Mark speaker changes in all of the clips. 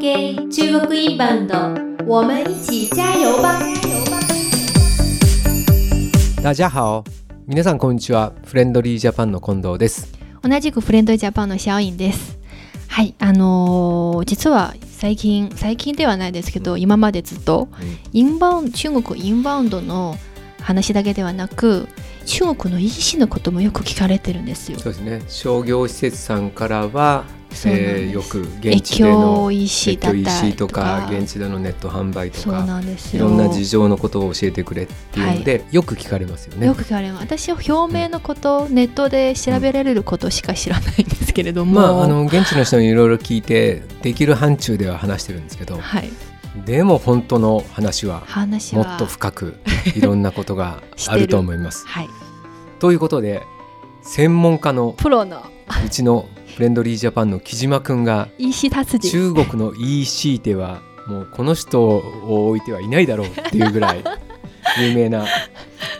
Speaker 1: 系中国インバウンド，我们一起加油吧！
Speaker 2: ダジャハオ皆さんこんにちはフレンドリージャパンの近藤です
Speaker 3: 同じくフレンドジャパンのシャオインです。はい、あのー実は最近最近ではないですけど、今までずっとインバウン中国インバウンドの話だけではなく中国の医師のこともよく聞かれてるんですよ。
Speaker 2: そうですね商業施設さんからは、
Speaker 3: そうなんです
Speaker 2: えーよく現
Speaker 3: 越
Speaker 2: 地での
Speaker 3: 境医師だったり
Speaker 2: と
Speaker 3: と
Speaker 2: か
Speaker 3: か
Speaker 2: 現地でのネット販売と
Speaker 3: そう
Speaker 2: か
Speaker 3: なんです
Speaker 2: い
Speaker 3: よ。
Speaker 2: ろんな事情のことを教えてくれっていうので、よく聞かれますよね
Speaker 3: よく聞かれます私は表明のこと、ネットで調べられることしか知らないんですけれども、
Speaker 2: まあ、あの現地の人にいろいろ聞いてできる範疇では話してるんですけど
Speaker 3: はい、
Speaker 2: でも本当の話は
Speaker 3: 話
Speaker 2: も
Speaker 3: は
Speaker 2: っと深くいろんなことが
Speaker 3: して
Speaker 2: あ
Speaker 3: る
Speaker 2: ると思い ます。
Speaker 3: はい、
Speaker 2: ということで専門家の
Speaker 3: プロの
Speaker 2: うちのフレンドリージャパンの木島くんが
Speaker 3: 医師達人
Speaker 2: 中国の EC ではもうこの人を置いてはいないだろうっていうぐら い有名な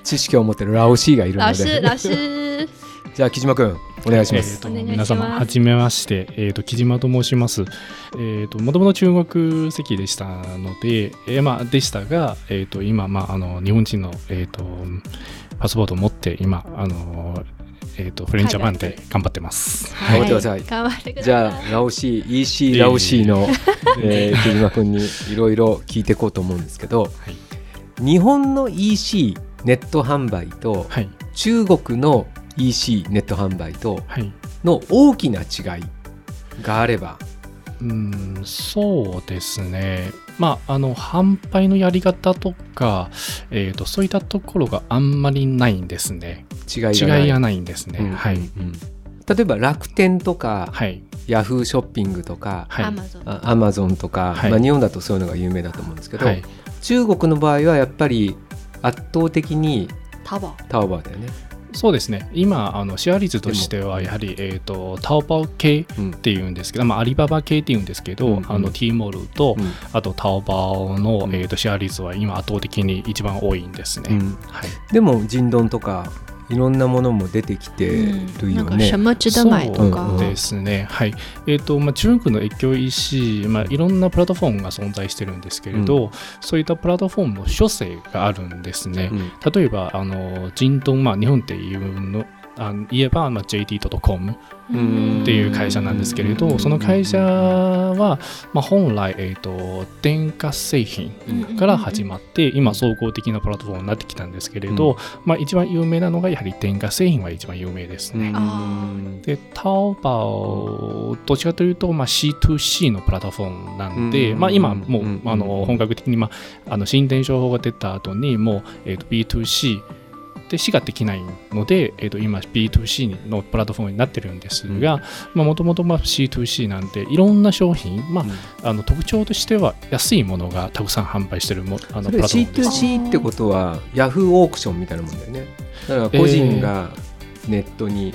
Speaker 2: 知識を持ってるラオシーがいるの
Speaker 3: 老师
Speaker 2: で
Speaker 3: 老师
Speaker 2: じゃあ木島くんお願いしま
Speaker 3: え
Speaker 2: す。
Speaker 3: お願いします
Speaker 4: 皆様、はじめまして、えーと、木島と申します。えっ、と、もともと中国籍でしたので、えーまあ、でしたが、えっ、と、今、まあ、あの、日本人の、えっ、と、パスポートを持って、今、あの、えっ、と、フレンチジャパンで頑張ってます。
Speaker 2: 頑張ってください
Speaker 3: 頑張ってください
Speaker 2: じゃあラオシー EC ラオシーの、えー、木島君にいろいろ聞いていこうと思うんですけど、日本の EC ネット販売と
Speaker 4: はい、
Speaker 2: 中国の EC ネット販売と
Speaker 4: はい。
Speaker 2: の大きな違いがあれば、
Speaker 4: うーん、そうですね。まあ、あの、販売のやり方とか、えっ、と、そういったところがあんまりないんですね。
Speaker 2: 違いが
Speaker 4: 違
Speaker 2: ない
Speaker 4: いがないんですね。
Speaker 2: うん
Speaker 4: は
Speaker 2: う
Speaker 4: い。
Speaker 2: ん例えば楽天とか、
Speaker 4: はい。
Speaker 2: ヤフーショッピングとか、
Speaker 4: はい。
Speaker 3: Amazon
Speaker 2: あアマゾンとか、
Speaker 4: はい
Speaker 2: まあ、日本だとそういうのが有名だと思うんですけど、
Speaker 4: はい
Speaker 2: 中国の場合はやっぱり圧倒的に
Speaker 3: タバ
Speaker 2: タオバーだよね。
Speaker 4: そうですね今あのシェア率としてはやはり、えー、とタオパオ系っ
Speaker 2: うん
Speaker 4: ていうんですけど、まあ、アリババ系っていうんですけど、
Speaker 2: うんうん
Speaker 4: あの T モルと、
Speaker 2: うん
Speaker 4: あとタオパオの、
Speaker 2: うん
Speaker 4: えー、とシェア率は今圧倒的に一番多いんですね、
Speaker 2: うん
Speaker 4: はい、
Speaker 2: でも人丼とかいろんなものも出てきてる
Speaker 3: な
Speaker 2: よ
Speaker 3: んか
Speaker 2: ね。
Speaker 3: 什么值得買とか、
Speaker 2: そう
Speaker 4: そうですね、はいえーとまあ、中国の越境 EC、まあ、いろんなプラットフォームが存在してるんですけれど、そういったプラットフォームの諸性があるんですね、
Speaker 2: うん
Speaker 4: 例えばあの人東、まあ、日本っていうのあの言えば、まあ、JD.com
Speaker 2: うん
Speaker 4: っていう会社なんですけれ
Speaker 2: うん
Speaker 4: ど、その会社は、まあ、本来、えーと、電化製品から始まって、今、総合的なプラットフォームになってきたんですけれど、まあ、一番有名なのが、やはり電化製品は一番有名ですね。
Speaker 3: あ
Speaker 4: で、タオバオ、どちらかというと、まあ、C2C のプラットフォームなんで、
Speaker 2: うん
Speaker 4: まあ、今、もう、
Speaker 2: うん
Speaker 4: あの本格的に、まあ、あの新電商法が出た後に、もう、えーと B2C でしかできないので、えーと今、B2C のプラットフォームになってるんですが、もともと C2C なんで、いろんな商品、まああの特徴としては安いものがたくさん販売してるもあの
Speaker 2: そ
Speaker 4: プ
Speaker 2: れ
Speaker 4: ラットフォームです。
Speaker 2: C2C ってことはヤフーオークションみたいなもんだよね。だから個人がネットに、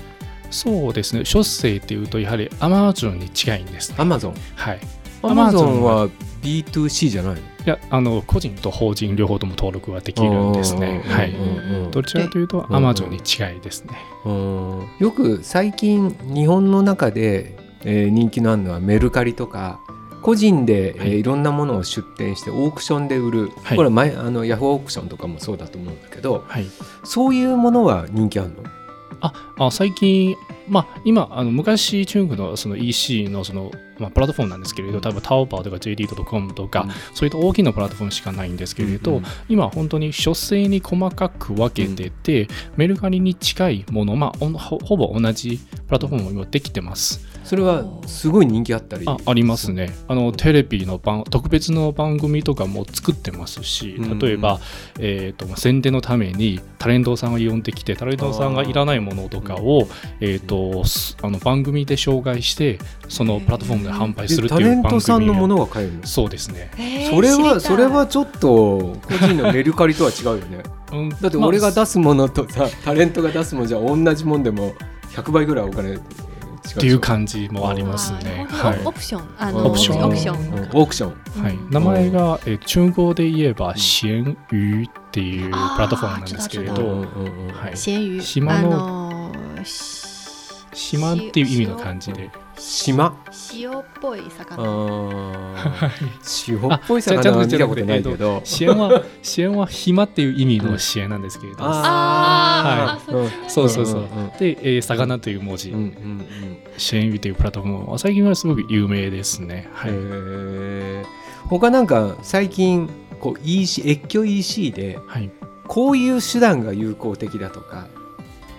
Speaker 4: そうですね、諸生っていうと、やはり Amazon に違いんです、ね。
Speaker 2: アマゾン。
Speaker 4: はい、
Speaker 2: アマゾ
Speaker 4: Amazon
Speaker 2: ンは
Speaker 4: は
Speaker 2: B2C じゃないの
Speaker 4: いやあの個人と法人両方とも登録はできるんですね。
Speaker 2: うん
Speaker 4: はい、
Speaker 2: うんうん
Speaker 4: どちらかというと
Speaker 2: うん
Speaker 4: Amazon に違いですね。
Speaker 2: うんよく最近日本の中で、えー人気のあるのはメルカリとか個人で、えー
Speaker 4: はい
Speaker 2: いろんなものを出店してオークションで売る、
Speaker 4: はい
Speaker 2: これは前あのヤフーオークションとかもそうだと思うんだけど
Speaker 4: はい、
Speaker 2: そういうものは人気あるの
Speaker 4: あ最近、まあ、今あの昔中国のその EC のその、まあ、プラットフォームなんですけれど多分タオパオとか JD.com とか、
Speaker 2: うん
Speaker 4: そういった大きなプラットフォームしかないんですけれど、今本当に書生に細かく分けてて、メルカリに近いもの、まあ、おんほほぼ同じプラットフォームも今できてます。
Speaker 2: それはすごい人気あったり
Speaker 4: あありますねあのテレビの番特別の番組とかも作ってますし
Speaker 2: うん
Speaker 4: 例えば、えー、と宣伝のためにタレントさんを呼んできてタレントさんがいらないものとかを、えー、とすあの番組で紹介してそのプラットフォームで販売する
Speaker 2: で
Speaker 4: って
Speaker 2: タ
Speaker 4: いう
Speaker 2: レ
Speaker 4: 番組
Speaker 2: ントさんのものが買えるの
Speaker 4: そうですね、
Speaker 3: ー
Speaker 2: それ
Speaker 3: 知りた
Speaker 2: はいそれはちょっと個人のメルカリとは違うよね
Speaker 4: うん
Speaker 2: だって俺
Speaker 4: ま
Speaker 2: が
Speaker 4: あ
Speaker 2: 出すものとさタレントが出すものじゃ同じもんでも100倍ぐらいお金違う
Speaker 4: っていう感じもありますね。
Speaker 3: あー
Speaker 4: はい
Speaker 3: オプションあ
Speaker 2: じ
Speaker 3: の
Speaker 4: オプション
Speaker 3: オプション
Speaker 2: オークション
Speaker 4: はい、名前が、えー中国語で言えば「咸魚」っていうプ
Speaker 3: あー
Speaker 4: ラットフォームなんですけれ
Speaker 3: えっ
Speaker 4: ど、
Speaker 3: と
Speaker 2: うんうんうんうん
Speaker 4: はい、
Speaker 3: 咸魚
Speaker 4: 島の
Speaker 3: あのーし
Speaker 4: 島っていう意味の感じで
Speaker 2: 島
Speaker 3: 塩っぽい
Speaker 2: あ
Speaker 3: 魚
Speaker 2: ー塩
Speaker 4: あ
Speaker 2: っぽい魚は見たことないけど
Speaker 4: 支援は支援は暇っていう意味の支援なんですけれども、
Speaker 2: 啊
Speaker 3: あー、
Speaker 2: はい
Speaker 3: あ
Speaker 4: そ
Speaker 3: そうう
Speaker 4: そ
Speaker 3: そうう
Speaker 4: そう、
Speaker 2: うんうん
Speaker 4: で、えー魚という文字、
Speaker 2: うんうん
Speaker 4: 支援日というプラットフォームは最近はすごく有名ですねはい、
Speaker 2: うんへー他なんか最近こう EC 越境 EC で
Speaker 4: はい、
Speaker 2: こういう手段が有効的だとか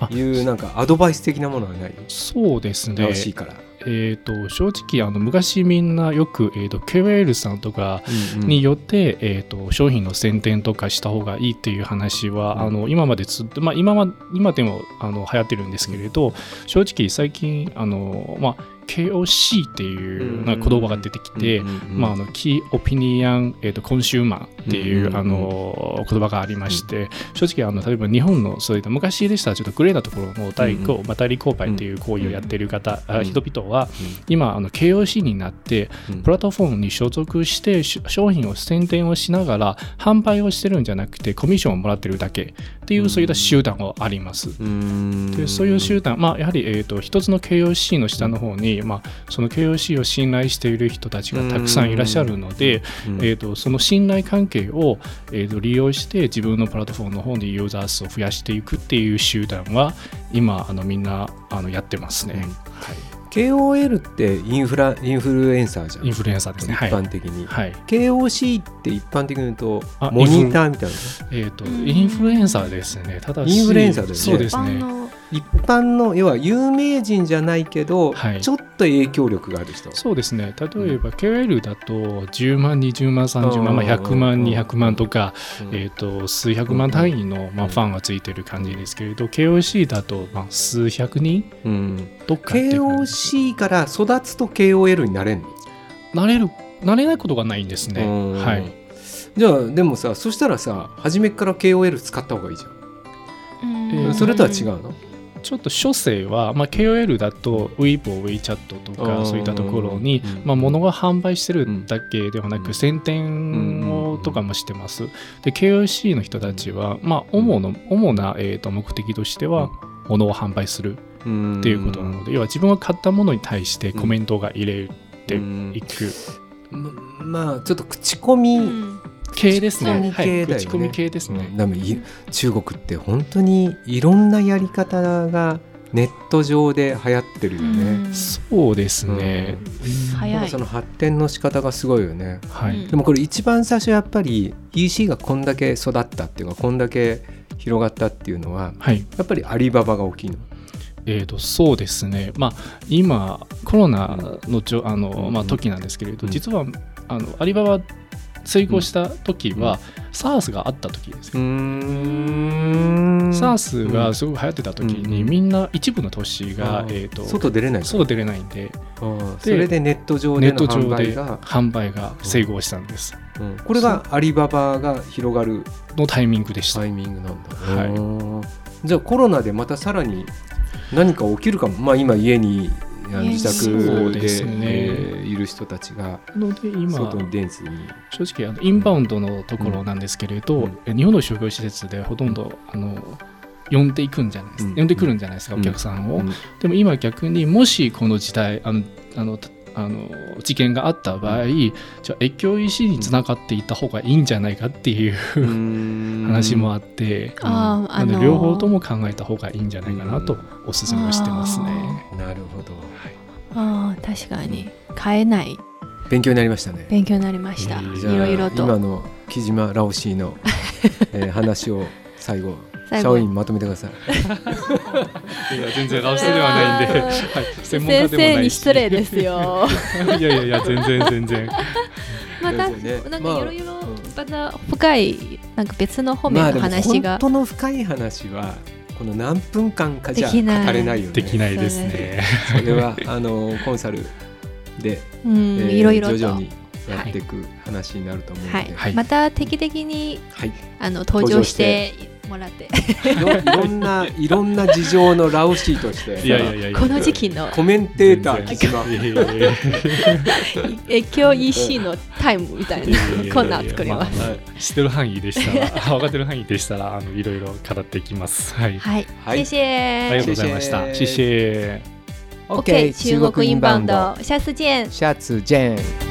Speaker 4: あ
Speaker 2: いうなんかアドバイス的なものはない
Speaker 4: そうですね
Speaker 2: 楽しいから、
Speaker 4: えー、と正直あの昔みんなよく、えー、と KOL さんとか
Speaker 2: うんうん
Speaker 4: によって、えー、と商品の宣伝とかした方がいいっていう話は、
Speaker 2: うん
Speaker 4: あの今までずっと、まあ、今は今でもあの流行ってるんですけれど、正直最近あの、まあ、KOC っていうなんか言葉が出てきて、
Speaker 2: うんうんうん
Speaker 4: まあ、あのキーオピニアン、えー、とコンシューマーっていう、
Speaker 2: うんうんうん
Speaker 4: あの言葉がありまして、正直あの例えば日本のそういった昔でしたらちょっとグレーなところの代行、
Speaker 2: うんうん
Speaker 4: まあ、代理購買っていう行為をやってる方、
Speaker 2: うん
Speaker 4: あ人々は今あの KOC になって
Speaker 2: うん
Speaker 4: プラットフォームに所属してし商品を宣伝をしながら販売をしてるんじゃなくてコミッションをもらってるだけっていううんそういった集団があります。
Speaker 2: うん
Speaker 4: でそういう集団、まあ、やはり、えー、と一つの KOC の下の方に、まあ、その KOC を信頼している人たちがたくさんいらっしゃるので、
Speaker 2: うん
Speaker 4: えー、とその信頼関係を、えー、と利用して自分のプラットフォームの方にユーザー数を増やしていくっていう集団は今あのみんなあのやってますね、
Speaker 2: うん KOL ってインフラインフルエンサーじゃん
Speaker 4: インフルエンサーですね。はい
Speaker 2: 一般的に、
Speaker 4: はい
Speaker 2: KOC って一般的に言うと
Speaker 4: あ
Speaker 2: モニターみたいな
Speaker 4: えー、と
Speaker 3: うん
Speaker 4: インフルエンサーですね、ただし
Speaker 2: インフルエンサーだよね
Speaker 4: そうです
Speaker 3: あ
Speaker 4: ね、
Speaker 3: の
Speaker 2: 一般の要は有名人じゃないけど、
Speaker 4: はい
Speaker 2: ちょっと影響力がある人
Speaker 4: そうですね例えば KOL だと10万、20万、30万、まあ、100
Speaker 2: うん
Speaker 4: 万、200万とか、
Speaker 2: うん
Speaker 4: えー、と数百万単位の、まあ、ファンがついてる感じですけれど、KOC だと、まあ、数百人
Speaker 2: うん
Speaker 4: とかっていう感じ
Speaker 2: KOC から育つと KOL になれるの、
Speaker 4: なれるなれないことがないんですね。
Speaker 2: うん
Speaker 4: はい、
Speaker 2: じゃあでもさそしたらさ初めっから KOL 使った方がいいじゃん、
Speaker 4: うん
Speaker 2: それとは違うの
Speaker 4: ちょっと諸生は、まあ、KOL だと Weibo、WeChat と
Speaker 2: う
Speaker 4: か
Speaker 2: ん
Speaker 4: そういったところに
Speaker 2: うん、
Speaker 4: まあ、物が販売してるだけではな
Speaker 2: うん
Speaker 4: く宣伝を
Speaker 2: うん
Speaker 4: とかもしてます。で KOC の人たちは、まあ、主の主な、えー、と目的としては物を販売する
Speaker 2: うん
Speaker 4: っていうことなので、要は自分が買ったものに対してコメントが入れて
Speaker 2: うん
Speaker 4: いく
Speaker 2: ままあちょっと口コミ、
Speaker 3: うん
Speaker 4: 系ですね。
Speaker 2: 口コミ系だよね
Speaker 4: はい、口コミ系ですね。
Speaker 2: でもい中国って本当にいろんなやり方がネット上で流行ってるよね。
Speaker 4: そうですね。
Speaker 2: なん
Speaker 3: 早
Speaker 2: か
Speaker 3: い
Speaker 2: その発展の仕方がすごいよね。
Speaker 4: は
Speaker 3: う
Speaker 4: い
Speaker 3: ん
Speaker 2: でもこれ一番最初やっぱり EC がこんだけ育ったっていうかこんだけ広がったっていうのは
Speaker 4: はい
Speaker 2: やっぱりアリババが大きいの。
Speaker 4: えー、とそうですね、まあ、今、コロナのじょあの、ま
Speaker 2: う
Speaker 4: あ、
Speaker 2: ん
Speaker 4: 時なんですけれど、
Speaker 2: うん
Speaker 4: 実はあのアリババ成功した時は、SARS があった時ですね。
Speaker 2: ん
Speaker 4: SARS がすごく流行ってた時に、
Speaker 2: うん
Speaker 4: みんな一部の都市が、
Speaker 2: うん
Speaker 4: えー、と
Speaker 2: 外出れないから
Speaker 4: 外出れないんで、
Speaker 2: ああそれでネット上
Speaker 4: ネ
Speaker 2: で
Speaker 4: ッ
Speaker 2: の
Speaker 4: ト上
Speaker 2: 販売
Speaker 4: で
Speaker 2: が、
Speaker 4: 販売が成功したんです、
Speaker 2: うんこれがアリババが広がる
Speaker 4: のタイミングでした。
Speaker 2: タイミングなんだ、
Speaker 4: はいう
Speaker 2: ーんじゃあコロナでまたさらに何か起きるかも、まあ、今家にあの
Speaker 3: 家に
Speaker 2: 自
Speaker 4: そう
Speaker 2: 宅で
Speaker 4: ですね
Speaker 2: えーいる人たちが
Speaker 4: ので今
Speaker 2: 外に電通に
Speaker 4: 正直あのインバウンドのところなんですけれど、
Speaker 2: うん
Speaker 4: え日本の商業施設でほとんどあの呼んでいくんじゃないです
Speaker 2: うん
Speaker 4: 呼んでくるんじゃないですか、
Speaker 2: うん
Speaker 4: お客さんを、
Speaker 2: うん
Speaker 4: でも今逆にもしこの時代あのあのたあの事件があった場合、じゃあ越境 EC につながっていった方がいいんじゃないかっていう
Speaker 2: う
Speaker 4: 話も
Speaker 2: あ
Speaker 4: あって、
Speaker 3: あーあ
Speaker 4: な
Speaker 3: の
Speaker 4: ので両方とも考えた方がいいんじゃないかなとおすすめをしてますね。
Speaker 2: なるほど
Speaker 3: あー確かに買えない
Speaker 2: 勉強になりましたね
Speaker 3: 勉強になりました、
Speaker 4: えー
Speaker 2: じゃあ
Speaker 3: いろいろと
Speaker 2: 今の木島ラオシー の、えー話を最後
Speaker 3: 最
Speaker 2: シャ
Speaker 3: 後
Speaker 2: オインまとめてください
Speaker 4: いや全然ラオスではないんで、
Speaker 3: う
Speaker 4: は
Speaker 3: わ
Speaker 4: い、専
Speaker 3: 先
Speaker 4: 門家でもないし
Speaker 3: 生に失礼ですよ
Speaker 4: いやいやいや全然全然。
Speaker 3: また
Speaker 2: そうですよね
Speaker 3: なん
Speaker 2: まあ
Speaker 3: かいろいろ
Speaker 2: うん
Speaker 3: また深いなんか別の方面の話
Speaker 2: まあ
Speaker 3: が
Speaker 2: でも本当の深い話はこの何分間かじゃ
Speaker 3: できない
Speaker 2: 語れないよね
Speaker 4: できないです
Speaker 3: そう
Speaker 4: ね。
Speaker 2: それはあのコンサルで、え
Speaker 3: うん
Speaker 2: ー
Speaker 3: いろいろ
Speaker 2: 徐
Speaker 3: と
Speaker 2: 々にやっていく話になると思うので、
Speaker 3: はい、
Speaker 4: はい
Speaker 3: また定期的に
Speaker 2: はい
Speaker 3: あの登場してもらって
Speaker 2: いろいろん ないろんな事情のラオシーとして
Speaker 4: いやいやいやいや。
Speaker 3: この時 期の
Speaker 2: コメンテーター木
Speaker 4: 全
Speaker 2: 島
Speaker 4: 然いやいやいや
Speaker 3: 越境 EC のタイムみたい
Speaker 4: いやいやいやい
Speaker 3: な
Speaker 4: や
Speaker 3: コーナー作ります。
Speaker 4: ああ知ってる範囲でしたら、分かってる範囲でしたら、あのいろいろ語っていきます。はい。
Speaker 3: はい、
Speaker 2: はい
Speaker 3: 谢谢
Speaker 4: ありがとうございました。
Speaker 2: シェシェ
Speaker 4: シェシェ
Speaker 3: OK，中国 inbound，下次见。
Speaker 2: 下次见。